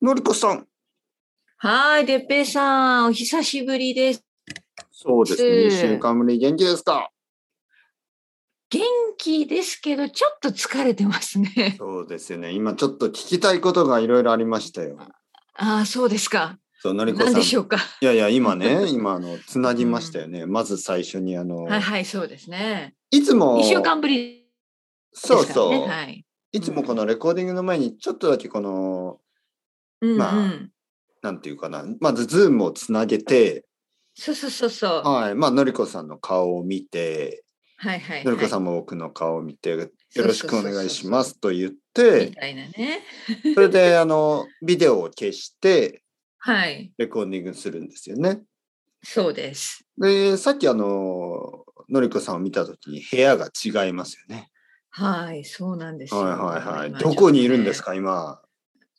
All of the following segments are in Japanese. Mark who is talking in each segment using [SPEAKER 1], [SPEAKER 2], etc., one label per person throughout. [SPEAKER 1] のりこさん。
[SPEAKER 2] はい、てっぺいさん、お久しぶりです。
[SPEAKER 1] そうですね。
[SPEAKER 2] ええ
[SPEAKER 1] 2週間ぶり元気ですか
[SPEAKER 2] 元気ですけど、ちょっと疲れてますね。
[SPEAKER 1] そうですね。今ちょっと聞きたいことがいろいろありましたよ。
[SPEAKER 2] ああ、そうですか。
[SPEAKER 1] そう、のりこ
[SPEAKER 2] 何
[SPEAKER 1] さん。
[SPEAKER 2] でし
[SPEAKER 1] い
[SPEAKER 2] ょうか。
[SPEAKER 1] やいや、今ね、今、あの、つなぎましたよね。まず最初に、あの、
[SPEAKER 2] はいはい、そうですね。
[SPEAKER 1] い、つも、
[SPEAKER 2] 2週間ぶりですから
[SPEAKER 1] そう
[SPEAKER 2] ね。
[SPEAKER 1] そう、
[SPEAKER 2] はい。
[SPEAKER 1] いつもこのレコーディングの前に、ちょっとだけこの、
[SPEAKER 2] うんうん。
[SPEAKER 1] まあなんていうかな、まずズームをつなげて、
[SPEAKER 2] そうそうそうそう。は
[SPEAKER 1] はい、まあ、のりこさんの顔を見て、
[SPEAKER 2] いはい、はい。
[SPEAKER 1] のりこさんも僕の顔を見て、よ
[SPEAKER 2] そうそうそうそう
[SPEAKER 1] ろしくお願いしますと言っ
[SPEAKER 2] み
[SPEAKER 1] て、
[SPEAKER 2] たいなね。
[SPEAKER 1] それで、あの、ビデオを消して、
[SPEAKER 2] はい。
[SPEAKER 1] レコーディングするんですよね。
[SPEAKER 2] そうです。
[SPEAKER 1] で、さっきあの、のりこさんを見たときに部屋が違いますよね。
[SPEAKER 2] はい、そうなんですよ。
[SPEAKER 1] はいはいは
[SPEAKER 2] 今
[SPEAKER 1] い。どこにいるんです
[SPEAKER 2] ちょっとね
[SPEAKER 1] か、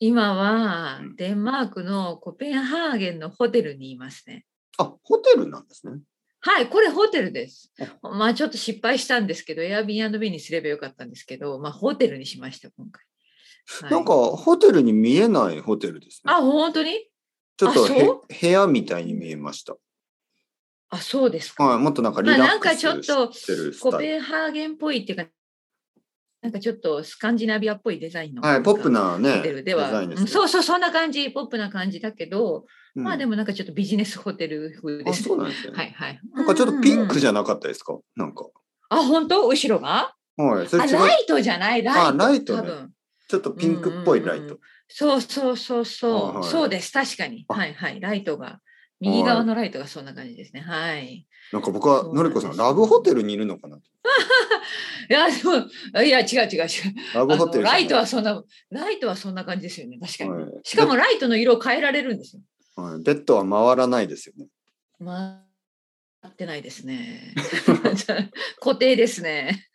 [SPEAKER 1] 今。
[SPEAKER 2] 今は
[SPEAKER 1] うん
[SPEAKER 2] デンマークのコペンハーゲンのホテルにいますね。
[SPEAKER 1] あ、ホテルなんですね。
[SPEAKER 2] はい、これホテルです。まあちょっと失敗したんですけど、Airbnb にすればよかったんですけど、まあホテルにしました、今回。はい
[SPEAKER 1] なんか、ホテルに見えないホテルですね。
[SPEAKER 2] あ、本当に
[SPEAKER 1] ちょっとへ
[SPEAKER 2] あそ
[SPEAKER 1] 部屋みたいに見えました。
[SPEAKER 2] あ、そうですか。
[SPEAKER 1] はい、もっとなんかリ
[SPEAKER 2] まあ
[SPEAKER 1] ラ
[SPEAKER 2] な
[SPEAKER 1] ッ
[SPEAKER 2] ん
[SPEAKER 1] ク
[SPEAKER 2] か
[SPEAKER 1] ス
[SPEAKER 2] ちょっと
[SPEAKER 1] してるス
[SPEAKER 2] コ
[SPEAKER 1] タイル。
[SPEAKER 2] ペンハーゲンっぽいっていうか、なんかちょっとスカンジナビアっぽいデザインの。
[SPEAKER 1] はい、ポップなね、
[SPEAKER 2] ホテル
[SPEAKER 1] デ
[SPEAKER 2] で
[SPEAKER 1] ザ
[SPEAKER 2] は、
[SPEAKER 1] インで
[SPEAKER 2] う
[SPEAKER 1] す
[SPEAKER 2] ん
[SPEAKER 1] ね。
[SPEAKER 2] そうそう、そんな感じ、ポップな感じだけど、
[SPEAKER 1] うん
[SPEAKER 2] まあでもなんかちょっとビジネスホテル風で
[SPEAKER 1] あ、
[SPEAKER 2] すね。
[SPEAKER 1] そうなんですね。
[SPEAKER 2] はいはい。
[SPEAKER 1] なんかちょっとピンク
[SPEAKER 2] じ
[SPEAKER 1] じゃなかったですかなんか。
[SPEAKER 2] ゃん。あ、本当後ろが
[SPEAKER 1] はい、それ
[SPEAKER 2] あ、
[SPEAKER 1] 違
[SPEAKER 2] ラ
[SPEAKER 1] う。
[SPEAKER 2] イトじゃない、ライト。
[SPEAKER 1] あライトね
[SPEAKER 2] 多分
[SPEAKER 1] ちょっとピンクっぽいライ
[SPEAKER 2] うんうんう
[SPEAKER 1] ト
[SPEAKER 2] ん。そうそうそうそう、
[SPEAKER 1] はいはい
[SPEAKER 2] そうです、確かに。
[SPEAKER 1] あ
[SPEAKER 2] はいはい、ライトが。右側のライトがそんな感じですね。はい。
[SPEAKER 1] なんか僕は、のりこさん、ラブホテルにいるのかない
[SPEAKER 2] や、でも、いや、違う違う違う。
[SPEAKER 1] ラブ
[SPEAKER 2] あ
[SPEAKER 1] ホテ
[SPEAKER 2] の
[SPEAKER 1] ルじゃ
[SPEAKER 2] ラ
[SPEAKER 1] ない。
[SPEAKER 2] イトはそんな、ライトはそんな感じですよね。確かに。
[SPEAKER 1] はい
[SPEAKER 2] しかもライトの色を変えられるんですよ。
[SPEAKER 1] はい、ベッドは回らないですよね。
[SPEAKER 2] まあ、合ってないで すね。固定ですね。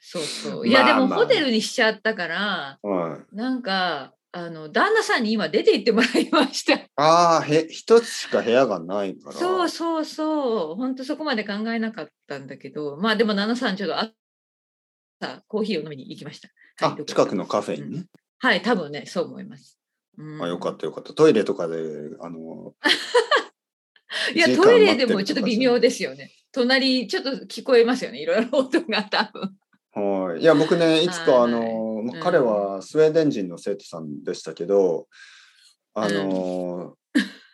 [SPEAKER 2] そうそう。いや、
[SPEAKER 1] まあ
[SPEAKER 2] でも
[SPEAKER 1] まあ
[SPEAKER 2] ホテルにしちゃったから、
[SPEAKER 1] はい、
[SPEAKER 2] なんか、あの、旦那さんに今出て行ってもらいました。
[SPEAKER 1] ああ、へ、一つしか部屋がないから。
[SPEAKER 2] そうそうそう、本当そこまで考えなかったんだけど、まあでも、奈々さん、ちょっとあ朝、コーヒーを飲みに行きました。
[SPEAKER 1] あ
[SPEAKER 2] はい、
[SPEAKER 1] 近くのカフェにね。
[SPEAKER 2] はい、多分ね、そう思います。うん
[SPEAKER 1] あ、よかったよかった。トイレとかで、あの。
[SPEAKER 2] いや、
[SPEAKER 1] 時間
[SPEAKER 2] トイレ
[SPEAKER 1] 待
[SPEAKER 2] で
[SPEAKER 1] てる
[SPEAKER 2] もちょっと
[SPEAKER 1] かじ
[SPEAKER 2] 微
[SPEAKER 1] ゃ
[SPEAKER 2] 妙ですよね。隣、ちょっと聞こえますよね、いろいろ音が 多分。
[SPEAKER 1] はい、いや、僕ね、いつか、
[SPEAKER 2] は
[SPEAKER 1] あ
[SPEAKER 2] い
[SPEAKER 1] の、まあ
[SPEAKER 2] うん
[SPEAKER 1] 彼はスウェーデン人の生徒さんでしたけど。あの。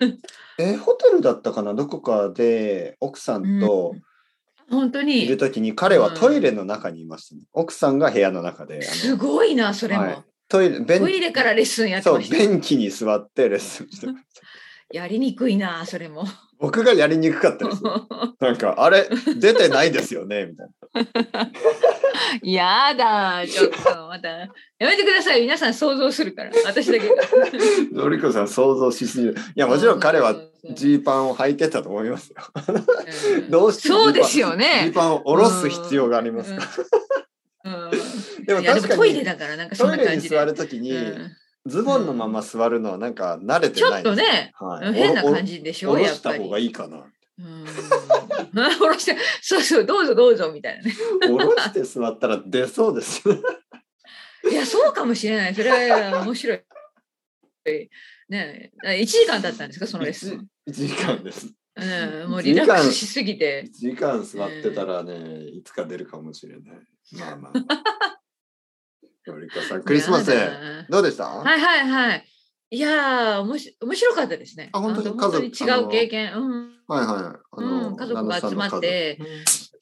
[SPEAKER 1] え、ホテルだったかな、どこかで、奥さんと
[SPEAKER 2] うん本当
[SPEAKER 1] いる
[SPEAKER 2] に、
[SPEAKER 1] ときに、彼はトイレの中にいましたね。奥さんが部屋の中で、あ
[SPEAKER 2] す
[SPEAKER 1] の。
[SPEAKER 2] ごいな、それも。
[SPEAKER 1] はいトイレ、ベン
[SPEAKER 2] トイレからレッスンやって
[SPEAKER 1] そう
[SPEAKER 2] ま、した。
[SPEAKER 1] ベンチに座ってレッスンしてました。
[SPEAKER 2] やりにくいな、それも。
[SPEAKER 1] 僕がやりにくかった です。なんか、あれ、出てないですよね、みたい
[SPEAKER 2] やだ、ちょっと、また。やめてください、皆さん想像するから、私だけが。
[SPEAKER 1] な。のりこさん、想像しすぎる。いや、もちろん彼はジーパンを履いてたと思いますよ。
[SPEAKER 2] うん
[SPEAKER 1] どうしてジーパン
[SPEAKER 2] そうですよ
[SPEAKER 1] ジー
[SPEAKER 2] ね。
[SPEAKER 1] パンを下ろす必要がありますか。
[SPEAKER 2] うん
[SPEAKER 1] で
[SPEAKER 2] う
[SPEAKER 1] も
[SPEAKER 2] んいやで
[SPEAKER 1] 確
[SPEAKER 2] も
[SPEAKER 1] か
[SPEAKER 2] トイレ
[SPEAKER 1] に、
[SPEAKER 2] だからなんかそん
[SPEAKER 1] ト
[SPEAKER 2] な
[SPEAKER 1] イレ
[SPEAKER 2] 感
[SPEAKER 1] に
[SPEAKER 2] じ
[SPEAKER 1] 座
[SPEAKER 2] で。
[SPEAKER 1] るときに、
[SPEAKER 2] うん
[SPEAKER 1] ズボンのまま座るのはなんか慣れて
[SPEAKER 2] ちょ
[SPEAKER 1] な
[SPEAKER 2] っ
[SPEAKER 1] いです。
[SPEAKER 2] とね、
[SPEAKER 1] はい、
[SPEAKER 2] 変な感
[SPEAKER 1] じ。
[SPEAKER 2] じでし
[SPEAKER 1] 下
[SPEAKER 2] ょ、
[SPEAKER 1] ろ
[SPEAKER 2] やっ
[SPEAKER 1] した
[SPEAKER 2] ぱり。
[SPEAKER 1] 方がいいかな。
[SPEAKER 2] うん 下ろして、そうそう、どうぞどうぞみたいなね。
[SPEAKER 1] 下ろして座ったら出そうですよ。
[SPEAKER 2] いや、そうかもしれない。それは面白い。ね、1時間だったんですか、そのレッスン。
[SPEAKER 1] 1時間です。
[SPEAKER 2] うん、もう
[SPEAKER 1] 一
[SPEAKER 2] リ
[SPEAKER 1] 時間
[SPEAKER 2] ラックスしすぎて。
[SPEAKER 1] 時間座ってたらね、いつか出るかもしれない。まあまあ。 のりこさん、クリスマス
[SPEAKER 2] やだ
[SPEAKER 1] どうでした、
[SPEAKER 2] はいはいはい。いやー、おもし面白かったですね。
[SPEAKER 1] あ本当に
[SPEAKER 2] あの本当に
[SPEAKER 1] 家族
[SPEAKER 2] 違う経験。うん。
[SPEAKER 1] はいはい。あ
[SPEAKER 2] うん、家族が集まっ。
[SPEAKER 1] 旦
[SPEAKER 2] て、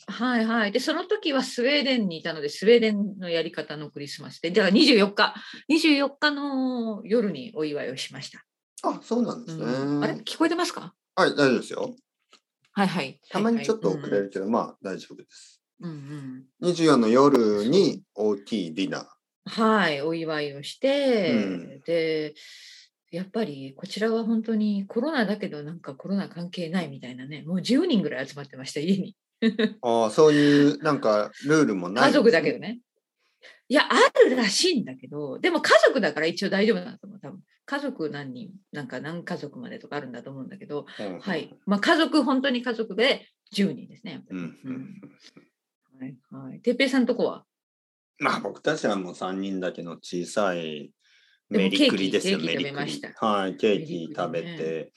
[SPEAKER 2] はいはい。で、その時はスウェーデンにいたので、スウェーデンのやり方のクリスマスで、だから24日、24日の夜にお祝いをしました。
[SPEAKER 1] 那さんの家族あ、そうなんで
[SPEAKER 2] う
[SPEAKER 1] す
[SPEAKER 2] ん
[SPEAKER 1] ね。
[SPEAKER 2] あれ、聞こえてますか
[SPEAKER 1] はい、大丈夫ですよ。
[SPEAKER 2] はいはい。
[SPEAKER 1] たまにちょっと遅れ
[SPEAKER 2] る。
[SPEAKER 1] るけど、まあ大丈夫です。
[SPEAKER 2] うんうん
[SPEAKER 1] 24の夜に大きいディナー。
[SPEAKER 2] はい、お祝いをして、
[SPEAKER 1] うん
[SPEAKER 2] で、やっぱりこちらは本当にコロナだけど、なんかコロナ関係ないみたいなね、もう10人ぐらい集まってました、家に。
[SPEAKER 1] ああ、そういうなんかルール もない、
[SPEAKER 2] 家族だけど。ね。いや、あるらしいんだけど、でも家族だから一応大丈夫なんだと思う。多分家族何人、なんか何家族までとかあるんだと思うんだけど、
[SPEAKER 1] うん
[SPEAKER 2] はい。。まあ、家族、本当に家族で10人ですね。やっぱ
[SPEAKER 1] うん
[SPEAKER 2] りうんはいはい。てっぺいさんとこは
[SPEAKER 1] まあ僕たちはもう3人だけの小さい
[SPEAKER 2] でも
[SPEAKER 1] メリクリで
[SPEAKER 2] ケーキ
[SPEAKER 1] すよ、
[SPEAKER 2] ケー
[SPEAKER 1] メ
[SPEAKER 2] キ
[SPEAKER 1] リ
[SPEAKER 2] 食べ
[SPEAKER 1] ク
[SPEAKER 2] ま
[SPEAKER 1] リ
[SPEAKER 2] し。た
[SPEAKER 1] はい、ケーキ食べ
[SPEAKER 2] メリ
[SPEAKER 1] て。
[SPEAKER 2] クリ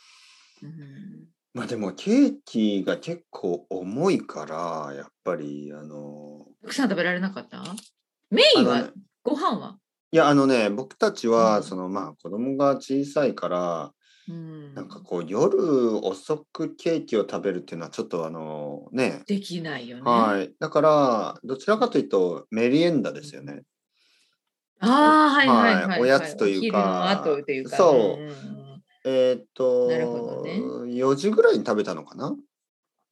[SPEAKER 2] うん
[SPEAKER 1] まあでもケーキが結構重いから、やっぱり、あの、
[SPEAKER 2] 奥さん食べられなかったメイン
[SPEAKER 1] あの
[SPEAKER 2] は
[SPEAKER 1] ね
[SPEAKER 2] ご飯はい
[SPEAKER 1] や、あのね、僕たちは、
[SPEAKER 2] うん
[SPEAKER 1] そのまあ子供が小さいから、
[SPEAKER 2] うん
[SPEAKER 1] なんかこう夜遅くケーキを食べるっていうのはちょっとあのね、
[SPEAKER 2] できないよね。
[SPEAKER 1] はい。だから、どちらかというとメリエンダですよね。
[SPEAKER 2] ああ、はいはいはい、
[SPEAKER 1] は
[SPEAKER 2] はい
[SPEAKER 1] おやつというか
[SPEAKER 2] お昼の後というか。
[SPEAKER 1] そうん
[SPEAKER 2] ん
[SPEAKER 1] えーっと、
[SPEAKER 2] なるほどね
[SPEAKER 1] 4時ぐらいに食べたのかな、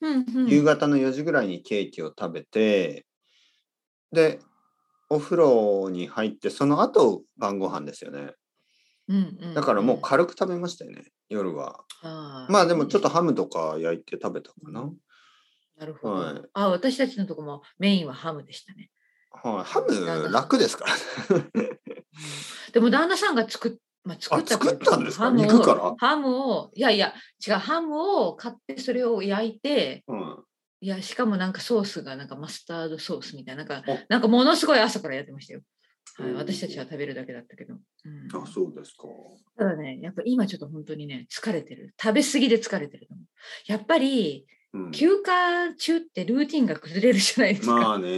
[SPEAKER 2] うん。うんうん
[SPEAKER 1] 夕方の4時ぐらいにケーキを食べて、で、お風呂に入って、その後晩ご飯ですよね。
[SPEAKER 2] うんうん
[SPEAKER 1] だからもう軽く食べましたよね、夜は。
[SPEAKER 2] あー
[SPEAKER 1] まあでもちょっとハムとか焼いて食べたかな。
[SPEAKER 2] なるほど。
[SPEAKER 1] はい
[SPEAKER 2] あー私たちのとこもメインはハムでしたね。
[SPEAKER 1] はい、ハ
[SPEAKER 2] なんだ
[SPEAKER 1] ム楽ですからね。
[SPEAKER 2] でも旦那さんが作っまあ、作った
[SPEAKER 1] あ作ったんですか
[SPEAKER 2] ハムを
[SPEAKER 1] 肉から
[SPEAKER 2] ハムをいやいや違うハムを買ってそれを焼いて
[SPEAKER 1] うん、
[SPEAKER 2] いやしかもなんかソースがなんかマスタードソースみたいななんか
[SPEAKER 1] お
[SPEAKER 2] なんかものすごい朝からやってましたよ、はい、
[SPEAKER 1] うん
[SPEAKER 2] 私たちは食べるだけだったけど、うん、
[SPEAKER 1] あそうですか。
[SPEAKER 2] ただねやっぱ今ちょっと本当にね疲れてる食べ過ぎで疲れてると思うやっぱり
[SPEAKER 1] うん、
[SPEAKER 2] 休暇中ってルーティンが崩れるじゃないですか、
[SPEAKER 1] まあね、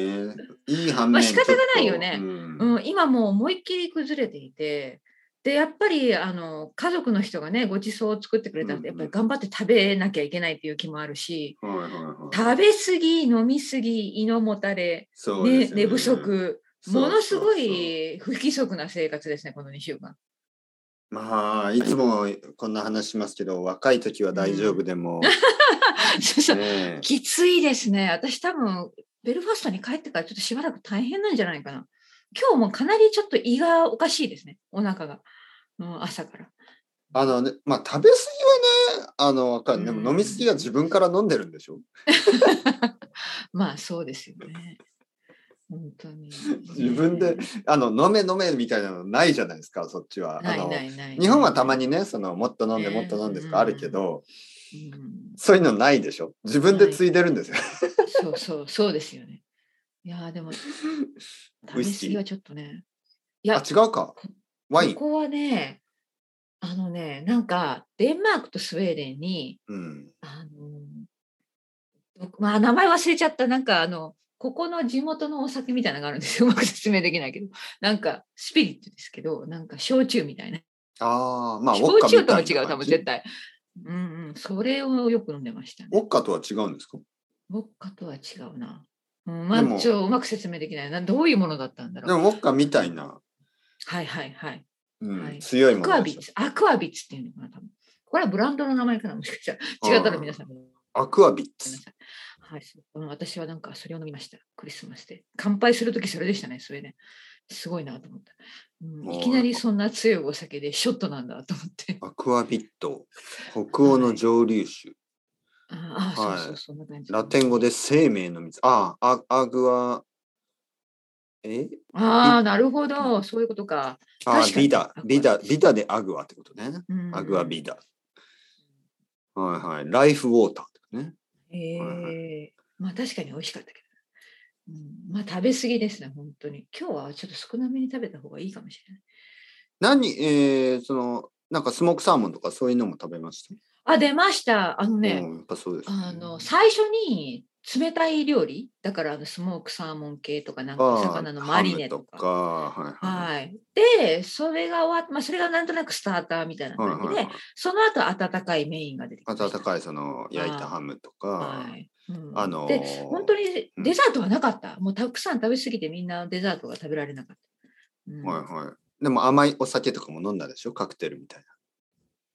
[SPEAKER 1] いい反面、
[SPEAKER 2] まあ仕方がないよね
[SPEAKER 1] ちょっとうん
[SPEAKER 2] うん、今もう思いっきり崩れていてでやっぱりあの家族の人がねごちそうを作ってくれたんで、
[SPEAKER 1] うんうん
[SPEAKER 2] やっぱり頑張って食べなきゃいけないっていう気もあるし
[SPEAKER 1] はいはいはい
[SPEAKER 2] 食べ過ぎ飲み過ぎ胃のもたれ、
[SPEAKER 1] そうで
[SPEAKER 2] ね
[SPEAKER 1] すよね
[SPEAKER 2] 寝不足
[SPEAKER 1] そうそうそう
[SPEAKER 2] ものすごい不規則な生活ですねこの2週 間。
[SPEAKER 1] まあいつもこんな話しますけど若い時は大丈夫でも、
[SPEAKER 2] そうそう
[SPEAKER 1] ね
[SPEAKER 2] きついですね。私多分、ベルファストに帰ってからちょっとしばらく大変なんじゃないかな。今日もかなりちょっと胃がおかしいですね。お腹が。うん、朝から。
[SPEAKER 1] あのねまあ食べ過ぎはねあのわかるで
[SPEAKER 2] うん
[SPEAKER 1] も飲み過ぎは自分から飲んでるんでしょ
[SPEAKER 2] まあそうですよね。本当に。
[SPEAKER 1] 自分であの飲め飲めみたいなのないじゃないですかそっちは
[SPEAKER 2] ない
[SPEAKER 1] あの
[SPEAKER 2] ないない。
[SPEAKER 1] 日本はたまにねそのもっと飲んで
[SPEAKER 2] ね
[SPEAKER 1] もっと飲んでと
[SPEAKER 2] うん
[SPEAKER 1] かあるけど、
[SPEAKER 2] うん
[SPEAKER 1] そういうのないでしょ自分でついでるんですよ、
[SPEAKER 2] そうそう、そうですよね。いやーでも、食
[SPEAKER 1] ウ
[SPEAKER 2] べ
[SPEAKER 1] イ
[SPEAKER 2] 過
[SPEAKER 1] スキー
[SPEAKER 2] ぎはちょっとね。い
[SPEAKER 1] あ
[SPEAKER 2] や、
[SPEAKER 1] 違うかワイン
[SPEAKER 2] ここはね、あのね、なんか、デンマークとスウェーデンに、
[SPEAKER 1] うん
[SPEAKER 2] あの、どまあ、名前忘れちゃった、なんかあの、ここの地元のお酒みたいなのがあるんですよ。 うまく説明できないけど。なんか、スピリットですけど、なんか、焼酎みたいな。
[SPEAKER 1] ああまあウォッ
[SPEAKER 2] 焼
[SPEAKER 1] カみ
[SPEAKER 2] 酎とも
[SPEAKER 1] たい
[SPEAKER 2] 違う、
[SPEAKER 1] な
[SPEAKER 2] 多
[SPEAKER 1] 感
[SPEAKER 2] 分
[SPEAKER 1] じ
[SPEAKER 2] 絶対。うんうん、それをよく飲んでました
[SPEAKER 1] ウ
[SPEAKER 2] ね。
[SPEAKER 1] ォッカとは違うんですか
[SPEAKER 2] ボッカとは違うな。うん、
[SPEAKER 1] で
[SPEAKER 2] ま
[SPEAKER 1] も
[SPEAKER 2] あ、ちょうまく説明できないな。どういうものだったんだ
[SPEAKER 1] で
[SPEAKER 2] ろう。
[SPEAKER 1] もウォッカみたいな、
[SPEAKER 2] はいはいはい。
[SPEAKER 1] うん
[SPEAKER 2] はい
[SPEAKER 1] 強い
[SPEAKER 2] ア
[SPEAKER 1] も
[SPEAKER 2] クア
[SPEAKER 1] ので
[SPEAKER 2] ビ
[SPEAKER 1] し
[SPEAKER 2] ッ
[SPEAKER 1] ょ
[SPEAKER 2] ツ、アクアビッツっていうのかな、多分。これはブランドの名前かな、もしかしたら。違ったら皆さん。
[SPEAKER 1] アクアビッ
[SPEAKER 2] ごめん
[SPEAKER 1] ツ
[SPEAKER 2] なさい。はい、そううん私はなんかそれを飲みました。クリスマスで。乾杯するときそれでしたね、それね。すごいなと思った、うん。
[SPEAKER 1] おー
[SPEAKER 2] いきなりそんな強いお酒でショットなんだと思って。
[SPEAKER 1] アクアビット、北欧の蒸留酒、
[SPEAKER 2] ああ、
[SPEAKER 1] はい
[SPEAKER 2] そうそう、そんな感じ。
[SPEAKER 1] ラテン語で生命の水、ああ、アアグア、え
[SPEAKER 2] ああ、なるほど、そういうことか。
[SPEAKER 1] あ
[SPEAKER 2] 確かに
[SPEAKER 1] ビダ、ビダ、ビダでアグアってことね。
[SPEAKER 2] うん
[SPEAKER 1] アグアビダ。はいはい。ライフウォーターとかね。
[SPEAKER 2] ええ
[SPEAKER 1] はい
[SPEAKER 2] まあ確かに美味しかったけど。うん、まあ食べ過ぎですね、本当に。今日はちょっと少なめに食べた方がいいかもしれない。
[SPEAKER 1] 何、えー、その、なんかスモークサーモンとかそういうのも食べました。
[SPEAKER 2] あ、出ました。あのね、
[SPEAKER 1] うん、やっぱそうです、
[SPEAKER 2] あの最初に冷たい料理だからあのスモークサーモン系とかなんかお魚のマリネとか。
[SPEAKER 1] ハムとかはいはい。
[SPEAKER 2] はい、でそれが終わっまあ、それがなんとなくスターターみたいな
[SPEAKER 1] はい
[SPEAKER 2] 感じで、
[SPEAKER 1] はいはい
[SPEAKER 2] その後温かいメインが出てきました
[SPEAKER 1] 温かいその焼いたハムとか、
[SPEAKER 2] はいうん
[SPEAKER 1] あのー
[SPEAKER 2] で本当に
[SPEAKER 1] うん
[SPEAKER 2] デザートはなかった、もうたくさん食べ過ぎてみんなデザートが食べられなかった、うん
[SPEAKER 1] はいはい。でも甘いお酒とかも飲んだでしょカクテルみたい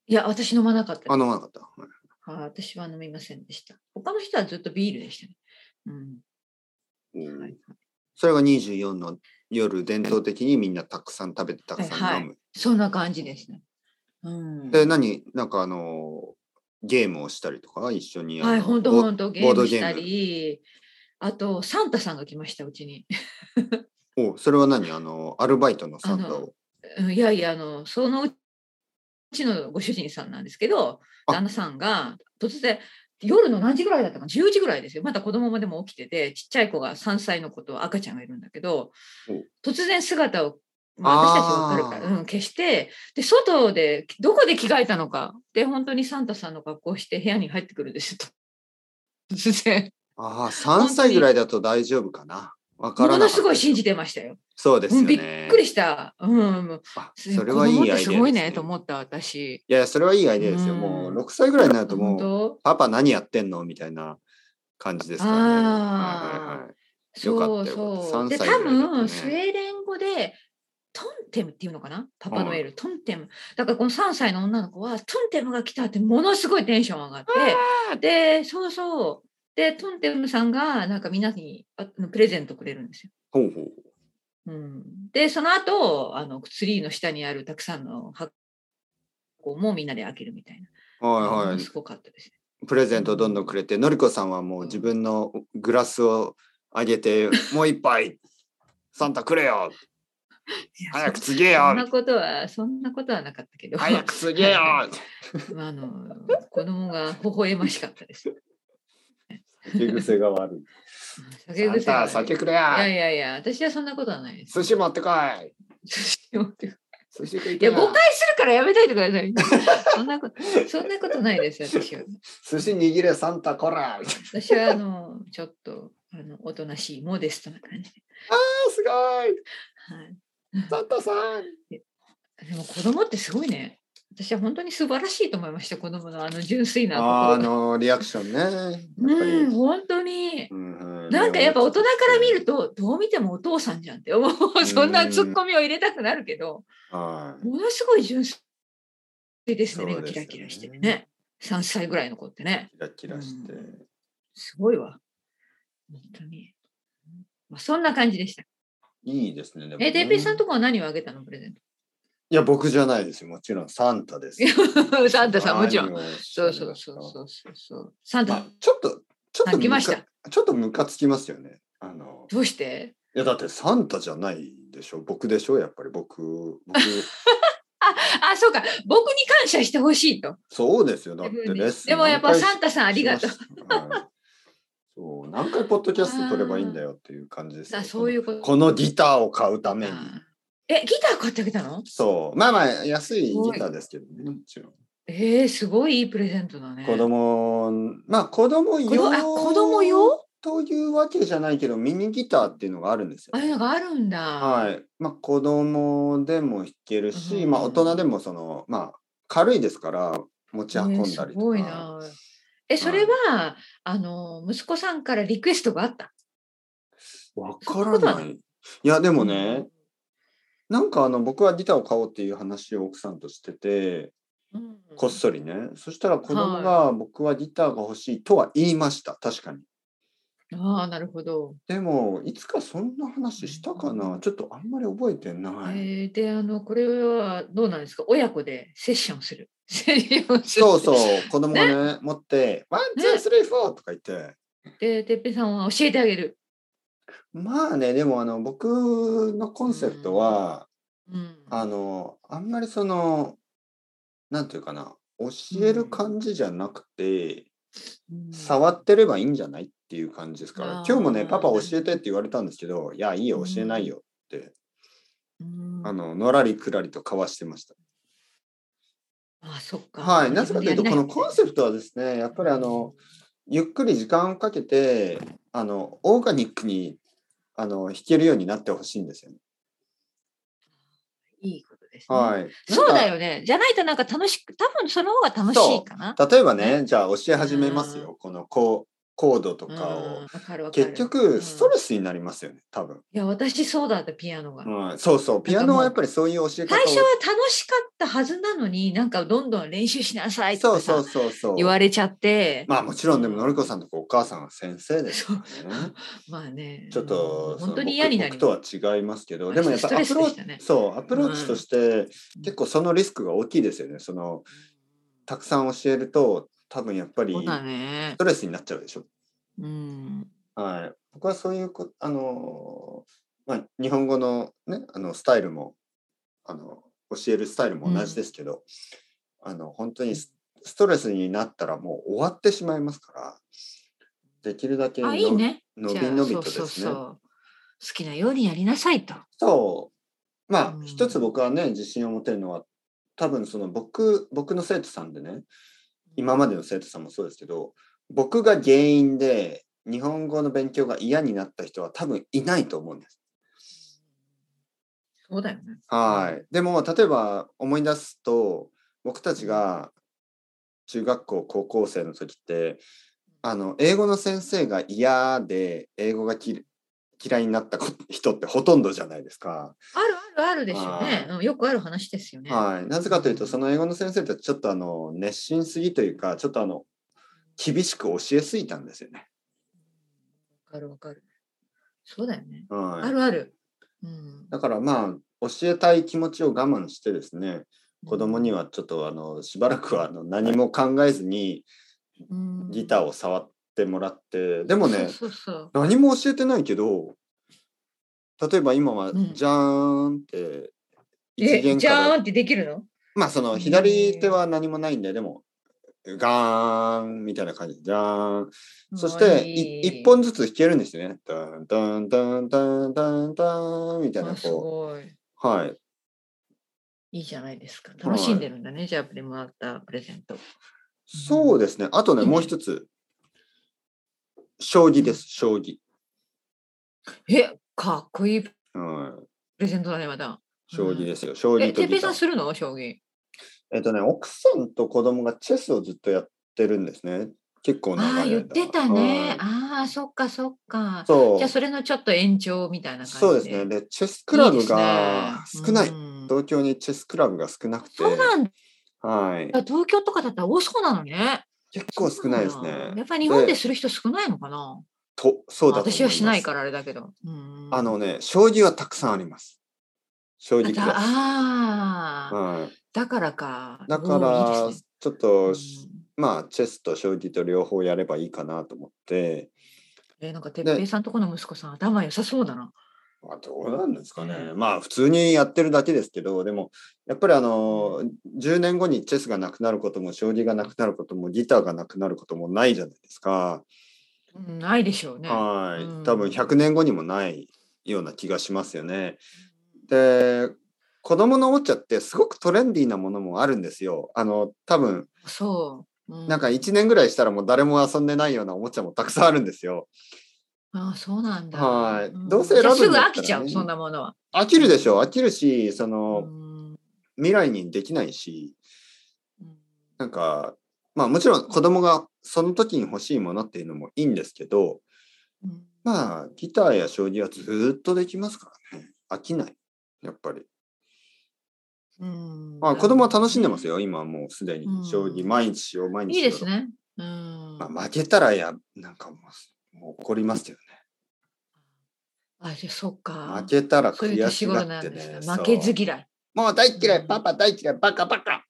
[SPEAKER 2] いや私飲まなかったです
[SPEAKER 1] な。あ、飲まなかった。はい
[SPEAKER 2] はい私は飲みませんでした他の人はずっとビールでしたね、うんはいはい、
[SPEAKER 1] それが24の夜、伝統的にみんなたくさん食べてたくさん飲む。
[SPEAKER 2] はいはそんな感じですね。うん、
[SPEAKER 1] で、何なんかあの、ゲームをしたりとか、一緒にあの。
[SPEAKER 2] はい、本当
[SPEAKER 1] ぼ
[SPEAKER 2] 本当ゲ
[SPEAKER 1] ボ
[SPEAKER 2] ー
[SPEAKER 1] ード
[SPEAKER 2] ム
[SPEAKER 1] ゲーム
[SPEAKER 2] したり、あとサンタさんが来ましたうちに。
[SPEAKER 1] おそれは何あの、アルバイトのサンタを。
[SPEAKER 2] うんいやいやあのそのうちのご主人さんなんですけど、
[SPEAKER 1] あ
[SPEAKER 2] 旦那さんが突然夜の何時ぐらいだったかな10時ぐらいですよまだ子供もでも起きててちっちゃい子が3歳の子と赤ちゃんがいるんだけど
[SPEAKER 1] お
[SPEAKER 2] 突然姿をまあ、私たちわかるから、うん、消して、で、外で、どこで着替えたのか、で、本当にサンタさんの格好をして部屋に入ってくるんですよ、と。突然。
[SPEAKER 1] ああ、3歳ぐらいだと大丈夫かな。わか
[SPEAKER 2] も
[SPEAKER 1] らなか
[SPEAKER 2] の
[SPEAKER 1] った
[SPEAKER 2] すごい信じてましたよ。
[SPEAKER 1] そうですよ
[SPEAKER 2] うんび
[SPEAKER 1] ね
[SPEAKER 2] っく。りした。うん。
[SPEAKER 1] あそれはいいアイデアで
[SPEAKER 2] 子供って
[SPEAKER 1] す、
[SPEAKER 2] す
[SPEAKER 1] ね。
[SPEAKER 2] ごいね、と思った、私。
[SPEAKER 1] いやいや、それはいいアイデアですよ。
[SPEAKER 2] うん
[SPEAKER 1] もう6歳ぐらいになるとも
[SPEAKER 2] 本
[SPEAKER 1] う、
[SPEAKER 2] 当
[SPEAKER 1] パパ何やってんのみたいな感じですからね。
[SPEAKER 2] あー
[SPEAKER 1] はいはいはいよか
[SPEAKER 2] そ
[SPEAKER 1] っ
[SPEAKER 2] う
[SPEAKER 1] たよ
[SPEAKER 2] そ
[SPEAKER 1] 3
[SPEAKER 2] う。で、
[SPEAKER 1] 歳
[SPEAKER 2] 多
[SPEAKER 1] ぐらいだったね
[SPEAKER 2] 分、スウェーデン語で、トンテムっていうのかなパパノエル、トンテム。だからこの3歳の女の子は、トンテムが来たってものすごいテンション上がって、で、そうそう。で、トンテムさんが、なんかみんなにあプレゼントくれるんですよ。
[SPEAKER 1] ほうほう。
[SPEAKER 2] うん、で、その後、あの、ツリーの下にあるたくさんの箱もみんなで開けるみたいな。
[SPEAKER 1] はいは
[SPEAKER 2] すごかったです。
[SPEAKER 1] い。プレゼントどんどんくれて、のりこさんはもう自分のグラスをあげ て、もう一杯、サンタくれよ
[SPEAKER 2] いや
[SPEAKER 1] 早く告げ
[SPEAKER 2] そん
[SPEAKER 1] よ
[SPEAKER 2] なことは、そんなことはなかったけど。
[SPEAKER 1] 早く告げ よ
[SPEAKER 2] はいあの子供が微笑ましかったです。
[SPEAKER 1] 酒癖が悪い。
[SPEAKER 2] 酒癖
[SPEAKER 1] サ
[SPEAKER 2] が
[SPEAKER 1] ンタ、酒くれ
[SPEAKER 2] いや
[SPEAKER 1] よ
[SPEAKER 2] いやいや、私はそんなことはないです。
[SPEAKER 1] 寿司持ってこい
[SPEAKER 2] 寿司を持ってくる
[SPEAKER 1] 寿司食い
[SPEAKER 2] い
[SPEAKER 1] て
[SPEAKER 2] や、
[SPEAKER 1] よ
[SPEAKER 2] 誤解するからやめといてください。そんなこと、そんなことないです、私は。
[SPEAKER 1] 寿司握れ、サンタこら みたい
[SPEAKER 2] 私は、あの、ちょっと、あの、おとなしい、モデストな感じで。
[SPEAKER 1] なすごい
[SPEAKER 2] はい。
[SPEAKER 1] サンタさん
[SPEAKER 2] でも、子供ってすごいね。私は本当に素晴らしいと思いました、子供のあの純粋な
[SPEAKER 1] あーあ
[SPEAKER 2] 心が。
[SPEAKER 1] のリアクションね。やっぱり
[SPEAKER 2] うん、本当に。
[SPEAKER 1] うんうん
[SPEAKER 2] なんかやっぱ大人から見ると、どう見てもお父さんじゃんって思う。そんなツッコミを入れたくなるけど、
[SPEAKER 1] は
[SPEAKER 2] ものすごい純粋ですね。目
[SPEAKER 1] そ
[SPEAKER 2] が
[SPEAKER 1] うです
[SPEAKER 2] キ
[SPEAKER 1] ね
[SPEAKER 2] ラキラしててね。3歳ぐらいの子ってね。
[SPEAKER 1] い。キラキラして。
[SPEAKER 2] うんすごいわ。本当に。まあ、そんな感じでした。
[SPEAKER 1] いいですね。でもね
[SPEAKER 2] え、デイペイさんとこは何をあげたのプレゼン
[SPEAKER 1] いや、僕じゃないですよ。もちろんサンタですよ。
[SPEAKER 2] ト。 サンタさんもちろん。
[SPEAKER 1] 何をおっしゃ
[SPEAKER 2] そ
[SPEAKER 1] る
[SPEAKER 2] うん
[SPEAKER 1] です
[SPEAKER 2] そ
[SPEAKER 1] か
[SPEAKER 2] うそうそうそうそう。サン
[SPEAKER 1] ま
[SPEAKER 2] タ
[SPEAKER 1] あ、、ちょっと、ちょっ
[SPEAKER 2] あ
[SPEAKER 1] と
[SPEAKER 2] 来
[SPEAKER 1] ム
[SPEAKER 2] ま
[SPEAKER 1] カ、
[SPEAKER 2] した
[SPEAKER 1] ちょっとムカつきますよね。あの、
[SPEAKER 2] どうして
[SPEAKER 1] いや、だってサンタじゃないでしょ。僕でしょ。やっぱり僕、 僕、
[SPEAKER 2] あ、そうか。僕に感謝してほしいと。
[SPEAKER 1] そうですよ。だって
[SPEAKER 2] 自分に
[SPEAKER 1] レッスン
[SPEAKER 2] でもやっぱ
[SPEAKER 1] 何回
[SPEAKER 2] サンタさんありがとう
[SPEAKER 1] しました。はいそう、何回ポッドキャスト撮ればいいんだよっていう感じですよ。
[SPEAKER 2] あそういうこと。
[SPEAKER 1] このギターを買うために。
[SPEAKER 2] え、ギター買ってあげたの
[SPEAKER 1] そう。まあまあ、安いギターですけどね。もちろん。
[SPEAKER 2] えー、すごいいいプレゼントだね。
[SPEAKER 1] 子供、まあ子供
[SPEAKER 2] 子供
[SPEAKER 1] 用
[SPEAKER 2] あ子供用
[SPEAKER 1] というわけじゃないけど、ミニギターっていうのがあるんです
[SPEAKER 2] ああ
[SPEAKER 1] よ。
[SPEAKER 2] いうのがあるんだ。は。
[SPEAKER 1] はいい。まあ子供でも弾けるし、
[SPEAKER 2] うん
[SPEAKER 1] まあ大人でもその、まあ軽いですから持ち運んだりとか。
[SPEAKER 2] すごいな。え、それは、あの、息子さんからリクエストがあった。
[SPEAKER 1] わか
[SPEAKER 2] そんなこ
[SPEAKER 1] ら
[SPEAKER 2] とは
[SPEAKER 1] な。
[SPEAKER 2] ない
[SPEAKER 1] いや、でもね、なんかあの、僕はギターを買おうっていう話を奥さんとしてて、
[SPEAKER 2] うん
[SPEAKER 1] こっそりね。そしたら子供が、僕はギターが欲しいとは言いました。確かに。
[SPEAKER 2] ああ、なるほど。
[SPEAKER 1] でも、いつかそんな話したかなちょっとあんまり覚えてない。
[SPEAKER 2] えーで、あの、これはどうなんですか親子でセッションする。 セッションする。
[SPEAKER 1] そうそう、子供がね、持って、ワン、ツー、スリー、フォーとか言って。
[SPEAKER 2] で、てっぺいさんは教えてあげる。
[SPEAKER 1] まあね、でもあの、僕のコンセプトは、
[SPEAKER 2] うん。
[SPEAKER 1] あの、あんまりその、なんていうかな、教える感じじゃなくて、
[SPEAKER 2] うん
[SPEAKER 1] 触ってればいいんじゃないっていう感じですから
[SPEAKER 2] あー
[SPEAKER 1] 今日もねパパ教えてって言われたんですけどいやいいよ教えないよって、
[SPEAKER 2] うん
[SPEAKER 1] あののらりくらりと交わしてました、
[SPEAKER 2] あ、そっか。
[SPEAKER 1] はいなぜかというと
[SPEAKER 2] や
[SPEAKER 1] こ
[SPEAKER 2] りな
[SPEAKER 1] のコンセプトはですねやっぱりあの、ゆっくり時間をかけてあのオーガニックにあの弾けるようになってほしいんですよね、
[SPEAKER 2] いいことです、ね。
[SPEAKER 1] はい
[SPEAKER 2] そうだ
[SPEAKER 1] よ
[SPEAKER 2] よね。じゃないとなんか楽しく、多分その方が楽しいかな。
[SPEAKER 1] 例えばねじゃあ教え始めますよこのココードと
[SPEAKER 2] うん
[SPEAKER 1] かを
[SPEAKER 2] わかるわかる
[SPEAKER 1] 結局スト
[SPEAKER 2] うん
[SPEAKER 1] レスになりますよね多分、
[SPEAKER 2] いや、私そうだった、ピアノが。
[SPEAKER 1] うん、そうそうピアノはやっぱりそういう教え方を
[SPEAKER 2] 最初は楽しかったはずなのに、なんかどんどん練習しなさいと
[SPEAKER 1] そ
[SPEAKER 2] か
[SPEAKER 1] う
[SPEAKER 2] さ
[SPEAKER 1] そうそうそう。
[SPEAKER 2] 言われちゃって、ま
[SPEAKER 1] まあもちろんでものりこさんとこお母さんは先生ですからね。
[SPEAKER 2] あね、
[SPEAKER 1] ちょっと
[SPEAKER 2] うん
[SPEAKER 1] その
[SPEAKER 2] 本当に嫌にな
[SPEAKER 1] 僕
[SPEAKER 2] り
[SPEAKER 1] 僕とは違いますけど、でもやっぱア
[SPEAKER 2] 私
[SPEAKER 1] プ
[SPEAKER 2] スト
[SPEAKER 1] ロ
[SPEAKER 2] レ
[SPEAKER 1] ーチ、
[SPEAKER 2] スでしたね
[SPEAKER 1] そうアプローチとして結構そのリスクが大きいですよね。そのたくさん教えると多分やっぱり
[SPEAKER 2] そうだ
[SPEAKER 1] ス
[SPEAKER 2] ね。
[SPEAKER 1] トレスになっちゃうでしょ。
[SPEAKER 2] うん。
[SPEAKER 1] はい。僕はそういうこあのまあ日本語のねあのスタイルもあの教えるスタイルも同じですけど、あの本当にスストレスになったらもう終わってしまいますから、できるだけ
[SPEAKER 2] あ、
[SPEAKER 1] の
[SPEAKER 2] いいね。
[SPEAKER 1] 伸
[SPEAKER 2] じゃ
[SPEAKER 1] び
[SPEAKER 2] あ
[SPEAKER 1] 伸びとで
[SPEAKER 2] そうそう
[SPEAKER 1] すね
[SPEAKER 2] そ。う好きなようにやりなさいと。
[SPEAKER 1] そまあ、
[SPEAKER 2] うん
[SPEAKER 1] 一つ僕はね自信を持てるのは多分その僕僕の生徒さんでね今までの生徒さんもそうですけど僕が原因で日本語の勉強が嫌になった人は多分いないと思うんです。
[SPEAKER 2] そうだよね。
[SPEAKER 1] はい、でも例えば思い出すと僕たちが中学校高校生の時ってあの英語の先生が嫌で英語がき嫌いになった子人ってほとんどじゃないですか。
[SPEAKER 2] あるあるあるですよね。うんよくある話ですよね。
[SPEAKER 1] はい、なぜかというと、
[SPEAKER 2] うん
[SPEAKER 1] その英語の先生ってちょっとあの熱心すぎというか、ちょっとあの厳しく教えすぎたんですよね。
[SPEAKER 2] わかるわかる。そうだよね。あ
[SPEAKER 1] はい、
[SPEAKER 2] るある。うん、
[SPEAKER 1] だからまあ教えたい気持ちを我慢してですね、子供には
[SPEAKER 2] は
[SPEAKER 1] ちょっとあのしばらくはあの何も考えずにギター
[SPEAKER 2] を
[SPEAKER 1] を触ってもらって、でも ね、
[SPEAKER 2] そうそうそう
[SPEAKER 1] 何も教えてないけど、例えば今は
[SPEAKER 2] うん
[SPEAKER 1] じゃーんって一
[SPEAKER 2] え、
[SPEAKER 1] 弦
[SPEAKER 2] じゃ
[SPEAKER 1] から
[SPEAKER 2] ーんってできるの
[SPEAKER 1] まあその左手は何もないんで、でも、ガーンみたいな感じで、じゃーん。そして、い一本ずつ弾けるんですよね。ダンダンダンダンダンダンみたいな、
[SPEAKER 2] あす
[SPEAKER 1] こ
[SPEAKER 2] ごい。
[SPEAKER 1] う。はい。
[SPEAKER 2] いいじゃないですか。楽しんでるんだね、じゃあ、プレもらったプレゼント。
[SPEAKER 1] そうですね。あとね、
[SPEAKER 2] いいね
[SPEAKER 1] もう一つ。将棋です、将棋。
[SPEAKER 2] え、かっこいいプ
[SPEAKER 1] うん。
[SPEAKER 2] レゼントだね、また。
[SPEAKER 1] 将棋ですよ。将
[SPEAKER 2] え、
[SPEAKER 1] 棋と
[SPEAKER 2] てっぺ
[SPEAKER 1] ギ
[SPEAKER 2] い
[SPEAKER 1] タ
[SPEAKER 2] さん
[SPEAKER 1] ー。
[SPEAKER 2] するの将棋。
[SPEAKER 1] えっとね、奥さんと子供がチェスをずっとやってるんですね。結構長い間
[SPEAKER 2] あ。あ、言ってたね。
[SPEAKER 1] はい
[SPEAKER 2] ああ、そっかそっか。
[SPEAKER 1] そう
[SPEAKER 2] じゃあ、。それのちょっと延長みたいな感じで。
[SPEAKER 1] そうですね。で、チェスクラブが
[SPEAKER 2] いいですね
[SPEAKER 1] 少ない。
[SPEAKER 2] うん
[SPEAKER 1] 東京にチェスクラブが少なくて、
[SPEAKER 2] そうなんだ。
[SPEAKER 1] はい、
[SPEAKER 2] 東京とかだったら多そうなのね。
[SPEAKER 1] 結構少ないです
[SPEAKER 2] そうなん
[SPEAKER 1] ね
[SPEAKER 2] だ。やっぱり日本でする人少ないのかな。
[SPEAKER 1] と、そうだと思います。
[SPEAKER 2] 私はしないからあれだけど。うん
[SPEAKER 1] あのね、将棋はたくさんあります。将
[SPEAKER 2] あ
[SPEAKER 1] 棋ク
[SPEAKER 2] だ
[SPEAKER 1] ラ
[SPEAKER 2] あ
[SPEAKER 1] ス。
[SPEAKER 2] ー、
[SPEAKER 1] はい。
[SPEAKER 2] だからか。
[SPEAKER 1] だか
[SPEAKER 2] う
[SPEAKER 1] ら、
[SPEAKER 2] んいいですね
[SPEAKER 1] ちょっと、
[SPEAKER 2] うん
[SPEAKER 1] まあ、チェスと将棋と両方やればいいかなと思って。
[SPEAKER 2] えなんかてっぺいさんとこの息子さん頭良さそうだな。
[SPEAKER 1] まあ、どうなんですかね。まあ、普通にやってるだけですけど、でも、やっぱりあの、10年後にチェスがなくなることも、将棋がなくなることも、ギターがなくなることもないじゃないですか。
[SPEAKER 2] うん、ないでしょうね。
[SPEAKER 1] はい、
[SPEAKER 2] うん
[SPEAKER 1] 多分100年後にもないような気がしますよね。で子供のおもちゃってすごくトレンディーなものもあるんですよ。あの多分
[SPEAKER 2] そう。う
[SPEAKER 1] なんか1年ぐらいしたらもう誰も遊んでないようなおもちゃもたくさんあるんですよ。
[SPEAKER 2] ああそうなんだ。
[SPEAKER 1] はい
[SPEAKER 2] ん
[SPEAKER 1] どうせ選ぶんだった
[SPEAKER 2] じゃ
[SPEAKER 1] ら
[SPEAKER 2] あ
[SPEAKER 1] ね
[SPEAKER 2] すぐ飽きちゃう、そんなものは。
[SPEAKER 1] 飽きるでしょ飽きるしそうの
[SPEAKER 2] ん
[SPEAKER 1] 未来にできないしなんかまあもちろん子供がその時に欲しいものっていうのもいいんですけど
[SPEAKER 2] うん
[SPEAKER 1] まあギターや将棋はずーっとできますからね飽きないやっぱり。
[SPEAKER 2] うん
[SPEAKER 1] まあ、子供は楽しんでますよ、今はもうすでに
[SPEAKER 2] うん。
[SPEAKER 1] 将棋、毎日しよう、毎日
[SPEAKER 2] いい
[SPEAKER 1] しよう
[SPEAKER 2] ですね。うん。
[SPEAKER 1] まあ、負けたらや、なんかもう、もう怒りますよ
[SPEAKER 2] あ、じゃあそっ
[SPEAKER 1] ね。
[SPEAKER 2] か
[SPEAKER 1] 負。けたら
[SPEAKER 2] そういう
[SPEAKER 1] 悔し
[SPEAKER 2] 年
[SPEAKER 1] が
[SPEAKER 2] 頃な
[SPEAKER 1] って
[SPEAKER 2] んです
[SPEAKER 1] ね。
[SPEAKER 2] ね。
[SPEAKER 1] そう
[SPEAKER 2] 負けず嫌い。
[SPEAKER 1] もう大っ嫌い、パパ大っ嫌い、バカバカ、
[SPEAKER 2] あ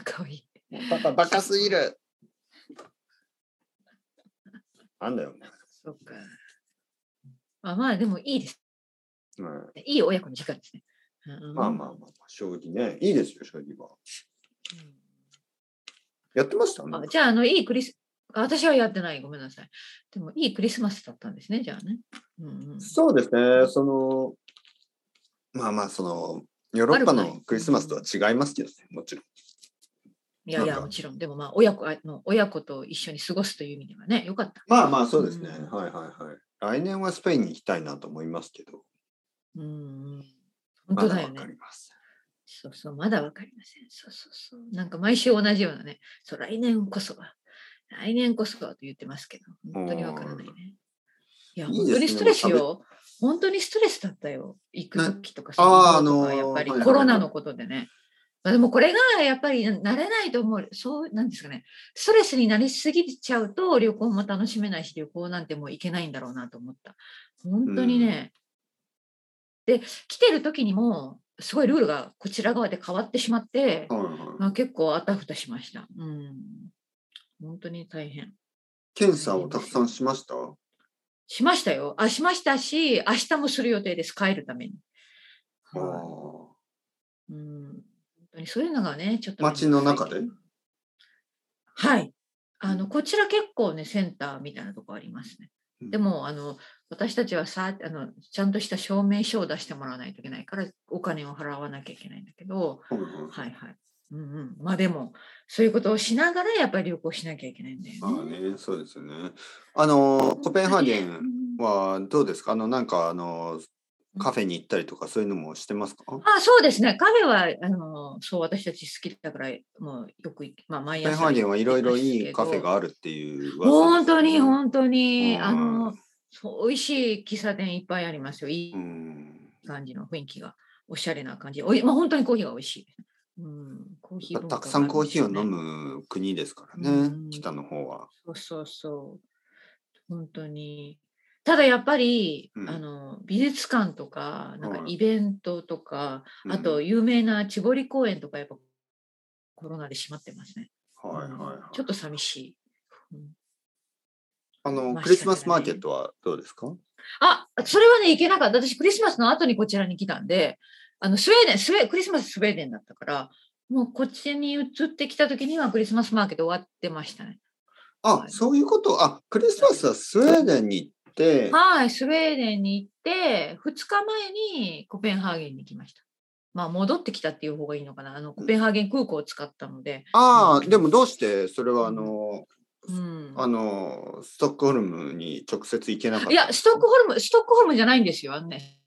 [SPEAKER 2] あ、かわいい。
[SPEAKER 1] パパバカすぎる。なんだよ、
[SPEAKER 2] そっか。あまあ、でもいいです
[SPEAKER 1] お前うん
[SPEAKER 2] ね。いい親子の時間ですね。うん
[SPEAKER 1] まあまあまあ、まあ、将棋ね、いいですよ、将棋は。
[SPEAKER 2] うん
[SPEAKER 1] やってました
[SPEAKER 2] あじゃあ、あの、いいクリス、あ私はやってない、ごめんなさい。でも、いいクリスマスだったんですね、じゃあね。うんうん、
[SPEAKER 1] そうですね、その、まあまあ、その、ヨーロッパ
[SPEAKER 2] 悪く
[SPEAKER 1] の
[SPEAKER 2] ない
[SPEAKER 1] クリスマスとは違いますけどね、もちろん。
[SPEAKER 2] いや
[SPEAKER 1] な
[SPEAKER 2] い
[SPEAKER 1] ん
[SPEAKER 2] や、
[SPEAKER 1] か
[SPEAKER 2] もちろん、でもまあ、親子あの親子と一緒に過ごすという意味ではね、よかった。
[SPEAKER 1] まあまあそうですね。
[SPEAKER 2] うん
[SPEAKER 1] はいはいはい。来年はスペインに行きたいなと思いますけど、
[SPEAKER 2] うんうん、本当だよ
[SPEAKER 1] まわか
[SPEAKER 2] ね。
[SPEAKER 1] ります。
[SPEAKER 2] そうそう、まだわかりません。そうそうそう。なんか毎週同じようなね、そう、来年こそは、来年こそはと言ってますけど、本当にわからないね。いや、
[SPEAKER 1] いいですね
[SPEAKER 2] 本当にストレス
[SPEAKER 1] も
[SPEAKER 2] よ。本当にストレスだったよ。行く時とかさ、
[SPEAKER 1] あー
[SPEAKER 2] その頃と
[SPEAKER 1] あの
[SPEAKER 2] か
[SPEAKER 1] ー
[SPEAKER 2] やっぱり
[SPEAKER 1] はいはいはい
[SPEAKER 2] コロナのことでね。まあ、でもこれがやっぱり慣れないと思う、そうなんですかね、ストレスになりすぎちゃうと旅行も楽しめないし、旅行なんてもう行けないんだろうなと思った。本当にね。で、来てる時にも、すごいルールがこちら側で変わってしまって、
[SPEAKER 1] はいはい
[SPEAKER 2] まあ、結構あたふたしました。うん。本当に大変。
[SPEAKER 1] 検査をたくさんしました。
[SPEAKER 2] しましたよ。あ、しましたし、明日もする予定です。帰るために。は
[SPEAKER 1] あ
[SPEAKER 2] いうん。本当にそういうのがね、ちょっと。
[SPEAKER 1] 街の中で
[SPEAKER 2] はい。あの、こちら結構ね、センターみたいなとこあります
[SPEAKER 1] う
[SPEAKER 2] ね。
[SPEAKER 1] ん
[SPEAKER 2] でも、あの、私たちはさあのちゃんとした証明書を出してもらわないといけないからお金を払わなきゃいけないんだけど、
[SPEAKER 1] うんうん
[SPEAKER 2] はいはい。うんうん、まあでもそういうことをしながらやっぱり旅行しなきゃいけないんだよね。
[SPEAKER 1] まあね、そうですよね。あの、コペンハーゲンはどうですかあの、なんか、あの、カフェに行ったりとか、そういうのもしてますかコ
[SPEAKER 2] あそうですね。カフェは、あの、そう、私たち好きだから、もうよく行き、まあ、毎
[SPEAKER 1] ペ
[SPEAKER 2] 朝。
[SPEAKER 1] ンハーゲンはいろいろいいカフェがあるっていう噂ですよね
[SPEAKER 2] 本当に、本当に、
[SPEAKER 1] うん
[SPEAKER 2] あの、そう、美味しい喫茶店いっぱいありますよ。いい
[SPEAKER 1] うん。
[SPEAKER 2] 感じの雰囲気が、おしゃれな感じ。おい、まあ、本当にコーヒーが美味しい。うん、コーヒー文化
[SPEAKER 1] たくさんコーヒーを飲
[SPEAKER 2] があるんですよね。
[SPEAKER 1] む国ですから
[SPEAKER 2] う
[SPEAKER 1] ね、
[SPEAKER 2] ん
[SPEAKER 1] 北の方は。
[SPEAKER 2] そうそうそう。本当に。ただやっぱり、
[SPEAKER 1] うん
[SPEAKER 2] あの美術館とかなんか
[SPEAKER 1] はい
[SPEAKER 2] イベントとか、
[SPEAKER 1] うん
[SPEAKER 2] あと有名な千堀公園とかやっぱコロナで閉まってますね。
[SPEAKER 1] はいはいはい
[SPEAKER 2] うん。ちょっと寂しい。うん
[SPEAKER 1] あの、
[SPEAKER 2] まあ
[SPEAKER 1] クリスマスマーケットはどうですか
[SPEAKER 2] あ、それはね、行けなかった。私、クリスマスの後にこちらに来たんで、あの、スウェーデン、スウェクリスマススウェーデンだったから、もうこっちに移ってきた時にはクリスマスマーケット終わってましたね。
[SPEAKER 1] あ
[SPEAKER 2] は、い
[SPEAKER 1] そういうこと。あ、クリスマスはスウェーデンに行って、
[SPEAKER 2] はい、スウェーデンに行って、2日前にコペンハーゲンに来ました。まあ、戻ってきたっていう方がいいのかな。あの、コペンハーゲン空港を使ったので、
[SPEAKER 1] ああ、
[SPEAKER 2] うん
[SPEAKER 1] でもどうして、それはあの、
[SPEAKER 2] うん。
[SPEAKER 1] あの、ストックホルムに直接行けなかった。
[SPEAKER 2] いや、ストックホルム、ストックホルムじゃないんですよ。あのね、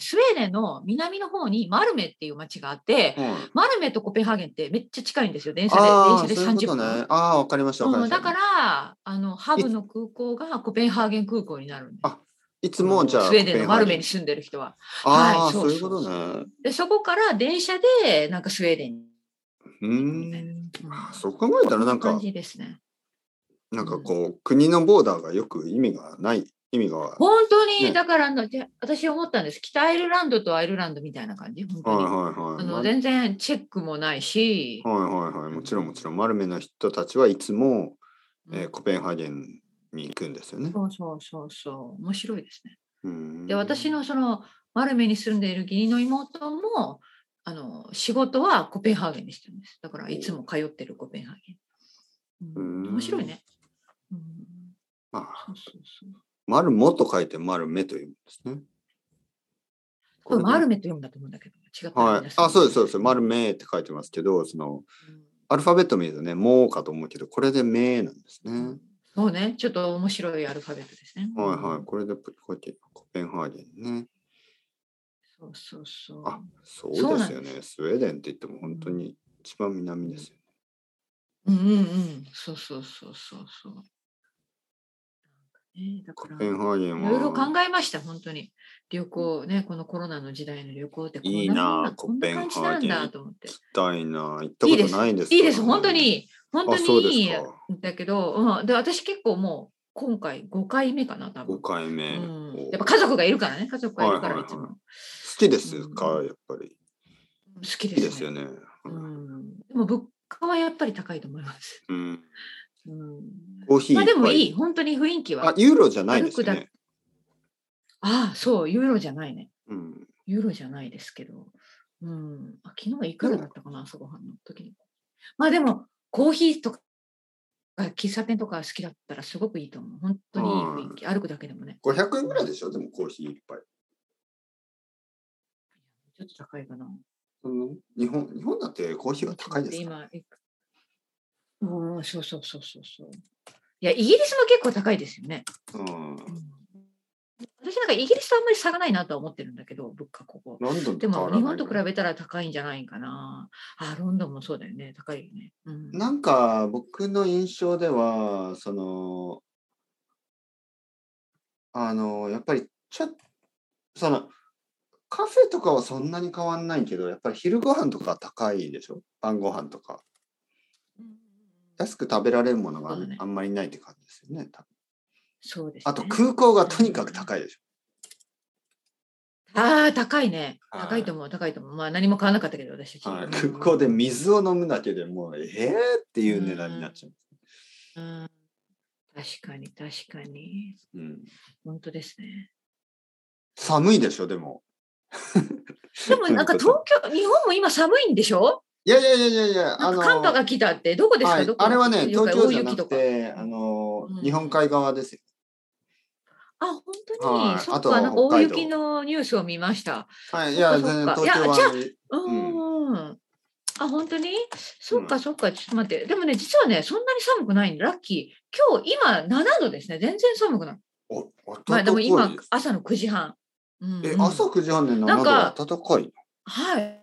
[SPEAKER 2] スウェーデンの南の方にマルメっていう町があって、
[SPEAKER 1] うん、
[SPEAKER 2] マルメとコペンハーゲンってめっちゃ近いんですよ、電車で。
[SPEAKER 1] ああ、
[SPEAKER 2] 電車で
[SPEAKER 1] そういうこ
[SPEAKER 2] 30
[SPEAKER 1] と
[SPEAKER 2] 分。
[SPEAKER 1] ね。ああ、わかりました、わかりま
[SPEAKER 2] うん、
[SPEAKER 1] した。
[SPEAKER 2] だから、あの、ハブの空港がコペンハーゲン空港になるんで
[SPEAKER 1] あいつもじゃあ、
[SPEAKER 2] スウェーデンのマルメに
[SPEAKER 1] コ
[SPEAKER 2] 住んでる人は。
[SPEAKER 1] ペンハーゲンああ、
[SPEAKER 2] はい
[SPEAKER 1] そ
[SPEAKER 2] そうう
[SPEAKER 1] いうことね。
[SPEAKER 2] で、そこから電車で、なんかスウェーデンに。
[SPEAKER 1] うーん。
[SPEAKER 2] うん
[SPEAKER 1] そう考えたら、なん
[SPEAKER 2] 感
[SPEAKER 1] か、
[SPEAKER 2] じですね。
[SPEAKER 1] なんかこう、国のボーダーがよく意味がない、意味が。
[SPEAKER 2] 本当に、
[SPEAKER 1] ね
[SPEAKER 2] だからあの、で私思ったんです。北アイルランドとアイルランドみたいな感じ。本
[SPEAKER 1] はい
[SPEAKER 2] 当
[SPEAKER 1] はいはい。ま
[SPEAKER 2] に。あの
[SPEAKER 1] あ
[SPEAKER 2] 全然チェックもないし、
[SPEAKER 1] はいはいはい。もちろんもちろん、マルメの人たちはいつも、えー
[SPEAKER 2] うん
[SPEAKER 1] コペンハーゲンに行くんですよね。
[SPEAKER 2] そうそうそうそう面白いですね。
[SPEAKER 1] うーん
[SPEAKER 2] で私のそのマルメに住んでいる義理の妹もあの仕事はコペンハーゲンにしてるんです。だからいつも通ってるコペンハーゲン。う
[SPEAKER 1] うん
[SPEAKER 2] ん、面白いね。うん、
[SPEAKER 1] まあ
[SPEAKER 2] そうそうそう。
[SPEAKER 1] 丸もと書いて丸目というんですね。
[SPEAKER 2] これマルメと読むんだと思うんだけど、違ったら
[SPEAKER 1] は
[SPEAKER 2] 皆
[SPEAKER 1] い。
[SPEAKER 2] さん
[SPEAKER 1] あ、そうです、そうです。丸目って書いてますけど、その、
[SPEAKER 2] うん
[SPEAKER 1] アルファベット見るとね、もうかと思うけど、これで目なんですね。
[SPEAKER 2] そうね、ちょっと面白いアルファベットですね。
[SPEAKER 1] はいはい。これでプコケコペンハーゲンね。
[SPEAKER 2] そうそうそう。
[SPEAKER 1] あ、そう
[SPEAKER 2] そう
[SPEAKER 1] で
[SPEAKER 2] な
[SPEAKER 1] す
[SPEAKER 2] ん
[SPEAKER 1] よ
[SPEAKER 2] です
[SPEAKER 1] ね。スウェーデンって言っても本当に一番南ですよ、ね。
[SPEAKER 2] うんうんうん。そうそうそうそうそう。なんかね、だ
[SPEAKER 1] コ
[SPEAKER 2] から
[SPEAKER 1] ペンハーゲン
[SPEAKER 2] いろいろ考
[SPEAKER 1] は。
[SPEAKER 2] えました、本当に。旅行ね、このコロナの時代の旅行ってこん
[SPEAKER 1] いいなあ
[SPEAKER 2] こんな感じ
[SPEAKER 1] コペンハ
[SPEAKER 2] な
[SPEAKER 1] ーゲ
[SPEAKER 2] ん
[SPEAKER 1] ン
[SPEAKER 2] だと思って
[SPEAKER 1] 行。きたいな。行った
[SPEAKER 2] いい
[SPEAKER 1] こ
[SPEAKER 2] で
[SPEAKER 1] と
[SPEAKER 2] す。
[SPEAKER 1] ないんです、
[SPEAKER 2] いいです、本当。に。本当
[SPEAKER 1] あ、そうで
[SPEAKER 2] にい
[SPEAKER 1] す
[SPEAKER 2] い
[SPEAKER 1] か。
[SPEAKER 2] んだけど、うん、で私結構もう今回5回目かな、多
[SPEAKER 1] 5
[SPEAKER 2] 分。
[SPEAKER 1] 回目。
[SPEAKER 2] うん
[SPEAKER 1] お、
[SPEAKER 2] やっぱ家族がいるからね、家族がいるか
[SPEAKER 1] は
[SPEAKER 2] ら
[SPEAKER 1] いはい
[SPEAKER 2] い
[SPEAKER 1] はい
[SPEAKER 2] つも。
[SPEAKER 1] 好きですか、
[SPEAKER 2] うん
[SPEAKER 1] やっぱり。
[SPEAKER 2] 好き
[SPEAKER 1] 好
[SPEAKER 2] で
[SPEAKER 1] き
[SPEAKER 2] す、ね。
[SPEAKER 1] ですよね。う
[SPEAKER 2] うんん。でも物価はやっぱり高いと思います。
[SPEAKER 1] うん。
[SPEAKER 2] うん。
[SPEAKER 1] コーヒー。
[SPEAKER 2] まあでもいい、。本当に雰囲気は。
[SPEAKER 1] あ、ユーロじゃないですよ
[SPEAKER 2] 歩
[SPEAKER 1] ね。
[SPEAKER 2] ああ、そう、ユーロじゃないね。
[SPEAKER 1] うん。
[SPEAKER 2] ユーロじゃないですけど、うん、あ昨日はいくらだったかな、朝ごはんの時に。まあでも、コーヒーとか、喫茶店とか好きだったらすごくいいと思う。本当にいい雰囲気、歩くだけでもね。
[SPEAKER 1] 500円ぐらいでしょでもコーヒー一杯。
[SPEAKER 2] ちょっと高いかな。
[SPEAKER 1] その日本、日本だってコーヒーは高いですか
[SPEAKER 2] 今いくうん、そうそうそうそうそう。いや、イギリスも結構高いですよね。
[SPEAKER 1] うん。
[SPEAKER 2] 私なんかイギリスとあんまり差がないなとは思ってるんだけど、物価ここ。
[SPEAKER 1] ロンドン
[SPEAKER 2] で
[SPEAKER 1] と変わ
[SPEAKER 2] も
[SPEAKER 1] らない
[SPEAKER 2] 日本と比べたら高いんじゃないかな。あ、ロンドンもそうだよね。高いよね。うん。
[SPEAKER 1] なんか僕の印象では、その、あの、やっぱりちょっと、その、カフェとかはそんなに変わんないけど、やっぱり昼ご飯とかは高いでしょ晩ご飯とか。安く食べられるものが
[SPEAKER 2] そうだね
[SPEAKER 1] あんまりないって感じですよね。多分
[SPEAKER 2] そうです、ね。
[SPEAKER 1] あと空港がとにかく高いでしょ。
[SPEAKER 2] ああ、高いね。
[SPEAKER 1] はい
[SPEAKER 2] 高いと思う、高いと思う。まあ何も買わなかったけど、私たち。
[SPEAKER 1] はい空港で水を飲むだけでもう、えーっていう値段になっちゃ
[SPEAKER 2] うん確かに、確かに。
[SPEAKER 1] う。うん、
[SPEAKER 2] 本当です ね。
[SPEAKER 1] 寒いでしょ、でも。
[SPEAKER 2] でもなん か
[SPEAKER 1] そう
[SPEAKER 2] 東京、日本も今寒いんでしょ
[SPEAKER 1] いやいやいやいやいや、
[SPEAKER 2] なんか寒波が来たって、どこですか、
[SPEAKER 1] はい
[SPEAKER 2] どこ
[SPEAKER 1] あれはね、
[SPEAKER 2] どこ
[SPEAKER 1] 東京じゃな
[SPEAKER 2] 大
[SPEAKER 1] く
[SPEAKER 2] 雪とか
[SPEAKER 1] て、あの、
[SPEAKER 2] うん
[SPEAKER 1] 日本海側ですよ。
[SPEAKER 2] あ、本当
[SPEAKER 1] は
[SPEAKER 2] に、
[SPEAKER 1] い
[SPEAKER 2] そ
[SPEAKER 1] あ
[SPEAKER 2] っ
[SPEAKER 1] と
[SPEAKER 2] か、なんか大
[SPEAKER 1] 北海道
[SPEAKER 2] 雪のニュースを見ました。
[SPEAKER 1] はい、い
[SPEAKER 2] そ
[SPEAKER 1] や、
[SPEAKER 2] っかそっ
[SPEAKER 1] 全
[SPEAKER 2] か
[SPEAKER 1] 然東
[SPEAKER 2] いや
[SPEAKER 1] 京
[SPEAKER 2] じゃあ
[SPEAKER 1] はに。
[SPEAKER 2] うん。あ、本当にそっかそっか、ちょっと待って。でもね、実はね、そんなに寒くないんで、ラッキー。今日、今、7度ですね。全然寒くない。
[SPEAKER 1] お、暖
[SPEAKER 2] ま
[SPEAKER 1] か
[SPEAKER 2] あ、
[SPEAKER 1] い。
[SPEAKER 2] でも今、朝の9時半。うん
[SPEAKER 1] え
[SPEAKER 2] う、ん
[SPEAKER 1] 朝9時半で
[SPEAKER 2] な
[SPEAKER 1] 7
[SPEAKER 2] ん
[SPEAKER 1] 度
[SPEAKER 2] か
[SPEAKER 1] は暖かい。
[SPEAKER 2] はい。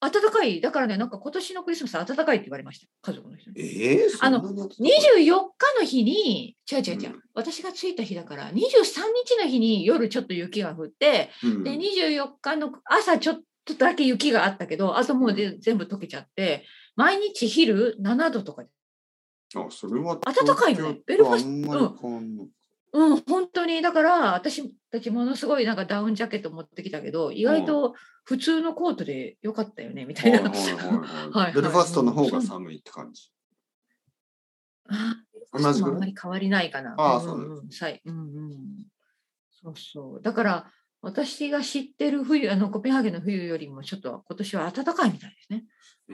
[SPEAKER 2] 暖かい。だからね、なんか今年のクリスマスは暖かいって言われました。家族の人に。
[SPEAKER 1] ええ、そ
[SPEAKER 2] あ
[SPEAKER 1] ん
[SPEAKER 2] の
[SPEAKER 1] なに暖かい
[SPEAKER 2] 24日の日に、違う違う違う、
[SPEAKER 1] う
[SPEAKER 2] 私が着いた日だから、23日の日に夜ちょっと雪が降って、
[SPEAKER 1] うん
[SPEAKER 2] で、24日の朝ちょっとだけ雪があったけど、あともうで全部溶けちゃって、毎日昼7度とかで。
[SPEAKER 1] あ、それは
[SPEAKER 2] 暖かいよ
[SPEAKER 1] 東京とあんま
[SPEAKER 2] ね
[SPEAKER 1] り
[SPEAKER 2] ベルファス
[SPEAKER 1] 変わんない。
[SPEAKER 2] うん、本当に、だから私たちものすごいなんかダウンジャケット持ってきたけど、意外と普通のコートでよかったよね、みたいな。
[SPEAKER 1] はい
[SPEAKER 2] はい
[SPEAKER 1] は
[SPEAKER 2] はい
[SPEAKER 1] い。ベルファストの方が寒いって感じ。
[SPEAKER 2] ああ
[SPEAKER 1] 同じぐ
[SPEAKER 2] あ
[SPEAKER 1] らい
[SPEAKER 2] んまり変わりないかな。
[SPEAKER 1] ああそうなん
[SPEAKER 2] んうんさいうんうん。そうそう。だから、私が知ってる冬、あの、コペンハーゲンの冬よりも、ちょっと今年は暖かいみたいですね。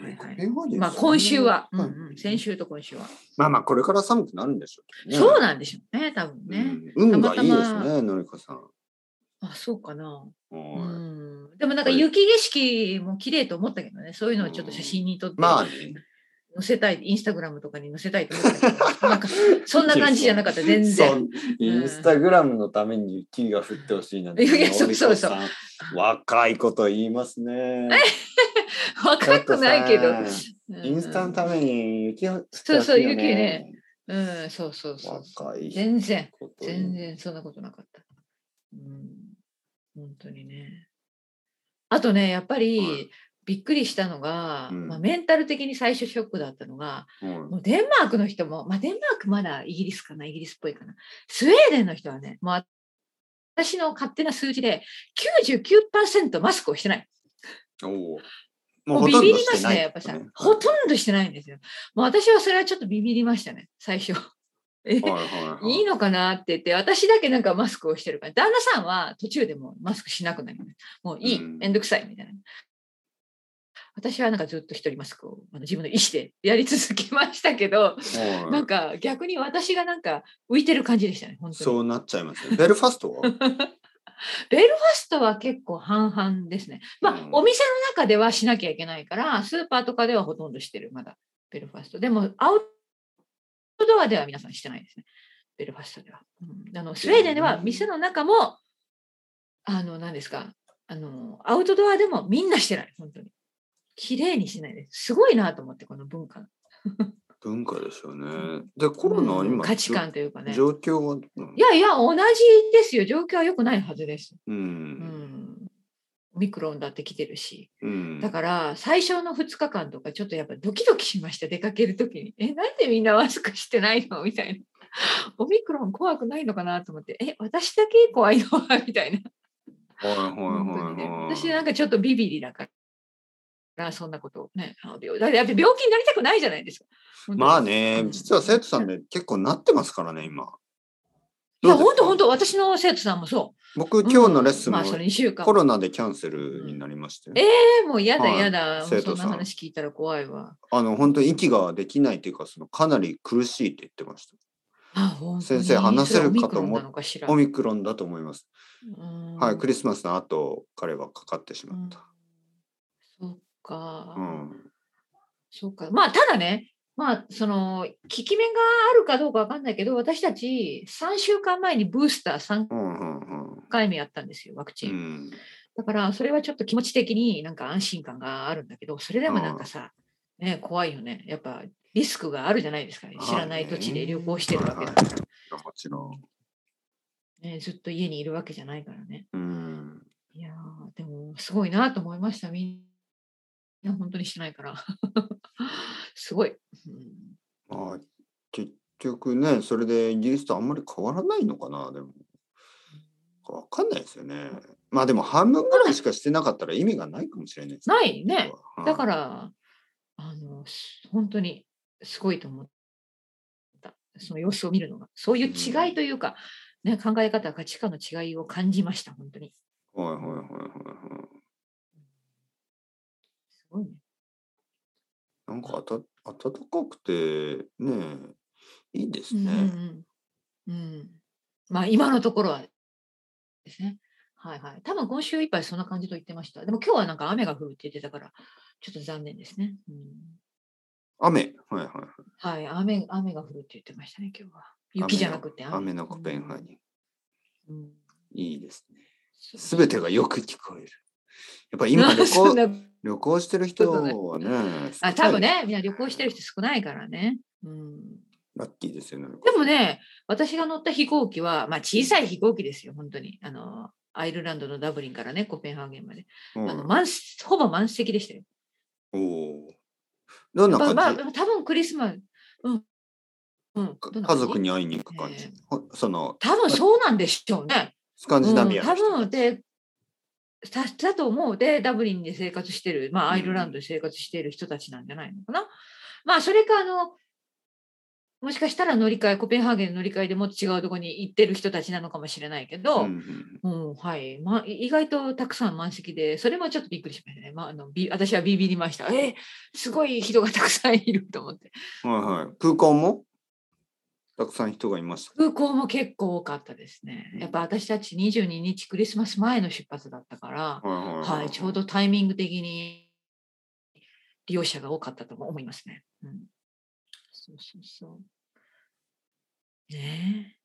[SPEAKER 2] はいはい
[SPEAKER 1] コペンハーゲン
[SPEAKER 2] まあ、今週は、う
[SPEAKER 1] そん
[SPEAKER 2] ん
[SPEAKER 1] な
[SPEAKER 2] うん、先。週と今週は。
[SPEAKER 1] まあまあ、これから寒くなるんでしょうけどね。
[SPEAKER 2] そうなんでしょうね、多分ね。
[SPEAKER 1] うん運がいいで
[SPEAKER 2] た
[SPEAKER 1] す
[SPEAKER 2] また
[SPEAKER 1] ね、のりこさん。
[SPEAKER 2] あ、そうかな。う
[SPEAKER 1] はい
[SPEAKER 2] ん。でもなんか雪景色も綺麗と思ったけどね、そういうのをちょっと写真に撮って
[SPEAKER 1] まあ
[SPEAKER 2] 載
[SPEAKER 1] ね、
[SPEAKER 2] せたい、インスタグラムとかに載せたいと思ったけ ど、なんかそんな感じじゃなかった、全然。
[SPEAKER 1] そうインスタグラムのために雪が降ってほしいなんて、
[SPEAKER 2] いやいやそう
[SPEAKER 1] のりこさん
[SPEAKER 2] そう
[SPEAKER 1] 若いこと言いますね。
[SPEAKER 2] 若くないけど
[SPEAKER 1] だって。さインスタのために雪が降ってほしい
[SPEAKER 2] そ
[SPEAKER 1] よ、ね。
[SPEAKER 2] うそう雪ね。うん、そうそうそうそう。
[SPEAKER 1] 若い
[SPEAKER 2] 全然、
[SPEAKER 1] こと
[SPEAKER 2] 全然そんなことなかった。うん、本当にね。あとね、やっぱ
[SPEAKER 1] は
[SPEAKER 2] りびっくりしたのが、
[SPEAKER 1] うん
[SPEAKER 2] まあ、メンタル的に最初ショックだったのが、
[SPEAKER 1] うん
[SPEAKER 2] もうデンマークの人も、まあ、デンマークまだイギリスかな、イギリスっぽいかな。スウェーデンの人はね、もう私の勝手な数字で99%マスクをしてない。
[SPEAKER 1] おお。
[SPEAKER 2] もう
[SPEAKER 1] ほ
[SPEAKER 2] ビ
[SPEAKER 1] とん
[SPEAKER 2] ビ
[SPEAKER 1] ど
[SPEAKER 2] り
[SPEAKER 1] し
[SPEAKER 2] ま
[SPEAKER 1] て
[SPEAKER 2] した
[SPEAKER 1] ない
[SPEAKER 2] ね、やっぱさ。ほとんどしてないんですよ。もう私はそれはちょっとビビりましたね、最初。 え
[SPEAKER 1] はいはいはい。
[SPEAKER 2] いいのかなって言って、私だけなんかマスクをしてるから、旦那さんは途中でもうマスクしなくなる。もういい、
[SPEAKER 1] うん
[SPEAKER 2] めんどくさいみたいな。私はなんかずっと一人マスクをあの自分の意思でやり続けましたけど、
[SPEAKER 1] はい
[SPEAKER 2] なんか逆に私がなんか浮いてる感じでしたね、本当に。
[SPEAKER 1] そうなっちゃいますね。ベルファストは
[SPEAKER 2] ベルファストは結構半々ですね。まあ、
[SPEAKER 1] うん
[SPEAKER 2] お店の中ではしなきゃいけないから、スーパーとかではほとんどしてる、まだ、ベルファスト。でも、アウトドアでは皆さんしてないですね、ベルファストでは。うん、あのスウェーデンでは店の中も、あの、何ですか、あの、アウトドアでもみんなしてない、本当に。綺麗にしてないです。すごいなと思って、この文化。
[SPEAKER 1] 文化ですよね。で、コロナは
[SPEAKER 2] うん
[SPEAKER 1] 今、
[SPEAKER 2] 価値観というかね。
[SPEAKER 1] 状況は、うん
[SPEAKER 2] いやいや、同じですよ。状況は良くないはずです。
[SPEAKER 1] う。
[SPEAKER 2] うんん。オミクロンだって来てるし。
[SPEAKER 1] うん
[SPEAKER 2] だから最初の2日間とかちょっとやっぱドキドキしました出かける時にえなんでみんなマスクしてないのみたいなオミクロン怖くないのかなと思ってえ私だけ怖いのはみたいな
[SPEAKER 1] はいはい
[SPEAKER 2] 本当
[SPEAKER 1] は
[SPEAKER 2] に
[SPEAKER 1] い
[SPEAKER 2] ね
[SPEAKER 1] はい。
[SPEAKER 2] 私なんかちょっとビビリだからそんなことをねあの病だってやっぱ病気になりたくないじゃないですか本当に
[SPEAKER 1] まあね、
[SPEAKER 2] うん
[SPEAKER 1] 実は生徒さんで結構なってますからね、今。
[SPEAKER 2] いや
[SPEAKER 1] どうで
[SPEAKER 2] 本
[SPEAKER 1] す
[SPEAKER 2] 当
[SPEAKER 1] か
[SPEAKER 2] 本当私の生徒さんもそ
[SPEAKER 1] 僕、
[SPEAKER 2] う
[SPEAKER 1] 今日のレッスン
[SPEAKER 2] うん
[SPEAKER 1] も
[SPEAKER 2] まあその2週間
[SPEAKER 1] コロナでキャンセルになりまして、
[SPEAKER 2] ええもう嫌だ
[SPEAKER 1] はい
[SPEAKER 2] 嫌だ、もう
[SPEAKER 1] 生
[SPEAKER 2] そ
[SPEAKER 1] 徒
[SPEAKER 2] ん
[SPEAKER 1] さ
[SPEAKER 2] なん話聞いたら怖いわ
[SPEAKER 1] あの、本当に息ができないというか、そのかなり苦しいって言ってまし
[SPEAKER 2] あ本当に
[SPEAKER 1] 先生話せるかと思っ。
[SPEAKER 2] それオミクロンなのかしたら
[SPEAKER 1] オミクロンだと思います。
[SPEAKER 2] うん
[SPEAKER 1] はい、クリスマスの後、彼はかかってしまった。
[SPEAKER 2] うんそっか、
[SPEAKER 1] うん。
[SPEAKER 2] そっか。まあ、ただね、まあ、その、効き目があるかどうかわかんないけど、私たち3週間前にブースター3
[SPEAKER 1] うんうんうん。
[SPEAKER 2] 回目やったんですよ、ワクチ
[SPEAKER 1] う
[SPEAKER 2] ン。
[SPEAKER 1] ん、
[SPEAKER 2] だから、それはちょっと気持ち的になんか安心感があるんだけど、それでもなんかさ、ね、怖いよね。やっぱリスクがあるじゃないですか。知らない土地で旅行してるわけだから、
[SPEAKER 1] もちろん。
[SPEAKER 2] ね。ずっと家にいるわけじゃないからね。
[SPEAKER 1] うん。
[SPEAKER 2] いやー、でもすごいなと思いました。みんな本当にしてないから。 すごい。うん
[SPEAKER 1] まあ、結局ね、それでイギリスとあんまり変わらないのかな、でも。わかんないですよね。まあでも半分ぐらいしかしてなかったら意味がないかもしれないですね。
[SPEAKER 2] ないね。
[SPEAKER 1] うん
[SPEAKER 2] だから、あの、す本当にすごいと思った。その様子を見るのが。そういう違いというか、ね、考え方、価値観の違いを感じました、本当に。
[SPEAKER 1] はいはいはいはいはい。
[SPEAKER 2] すごいね。
[SPEAKER 1] なんかあた暖かくてねいいです
[SPEAKER 2] うん
[SPEAKER 1] ね。
[SPEAKER 2] うんうん。うんまあ今のところはですね。はいはい。多分今週いっぱいそんな感じと言ってました。でも今日はなんか雨が降るって言ってたから、ちょっと残念ですね。うん、
[SPEAKER 1] 雨。はいはいはい。
[SPEAKER 2] はい、雨、雨が降るって言ってましたね、今日は。雪じゃなくて
[SPEAKER 1] 雨のコペンハー
[SPEAKER 2] ン。
[SPEAKER 1] ゲン。
[SPEAKER 2] うん
[SPEAKER 1] いいですね。
[SPEAKER 2] そう
[SPEAKER 1] すべてがよく聞こえる。やっぱ今旅
[SPEAKER 2] そん
[SPEAKER 1] 行
[SPEAKER 2] な
[SPEAKER 1] 旅行してる人はね、
[SPEAKER 2] あ多分。ね、みんな旅行してる人少ないからね。うん、
[SPEAKER 1] ラッキーですよね。なんか
[SPEAKER 2] でもね、私が乗った飛行機は、まあ、小さい飛行機ですよ、本当に。あのアイルランドのダブリンからね、コペンハーゲンまで。
[SPEAKER 1] うん
[SPEAKER 2] あの満ほぼ満席でしたよ。
[SPEAKER 1] おお。どんな
[SPEAKER 2] まあ、ま
[SPEAKER 1] 感
[SPEAKER 2] あ、多分クリスマス。うん。うん、
[SPEAKER 1] じ
[SPEAKER 2] どん
[SPEAKER 1] 家
[SPEAKER 2] な感じ
[SPEAKER 1] 族に会いに行く感じ
[SPEAKER 2] え。
[SPEAKER 1] ほその
[SPEAKER 2] 多分そうなんでしょうね。
[SPEAKER 1] スカンジナビア
[SPEAKER 2] うん、
[SPEAKER 1] の
[SPEAKER 2] 多
[SPEAKER 1] 人。
[SPEAKER 2] 分でだだと思うでダブリンで生活してる、ま
[SPEAKER 1] う
[SPEAKER 2] あ、
[SPEAKER 1] ん
[SPEAKER 2] アイルランドで生活してる人たちなんじゃないのかな、まあそれかあのもしかしたら乗り換えコペンハーゲンの乗り換えでもっと違うところに行ってる人たちなのかもしれないけど、う
[SPEAKER 1] うん
[SPEAKER 2] ん
[SPEAKER 1] うん
[SPEAKER 2] はいまあ、意外とたくさん満席でそれもちょっとびっくりしましたね、まあ、あのび私はビビりましたえーすごい人がたくさんいると思って
[SPEAKER 1] はいはい。空港もたくさん人がいました。
[SPEAKER 2] 空港も結構多かったですねやっぱ私たち22日クリスマス前の出発だったから、
[SPEAKER 1] はいはい
[SPEAKER 2] はい、ちょうどタイミング的に利用者が多かったとも思いますね。うん、そうそうそう。ねえ。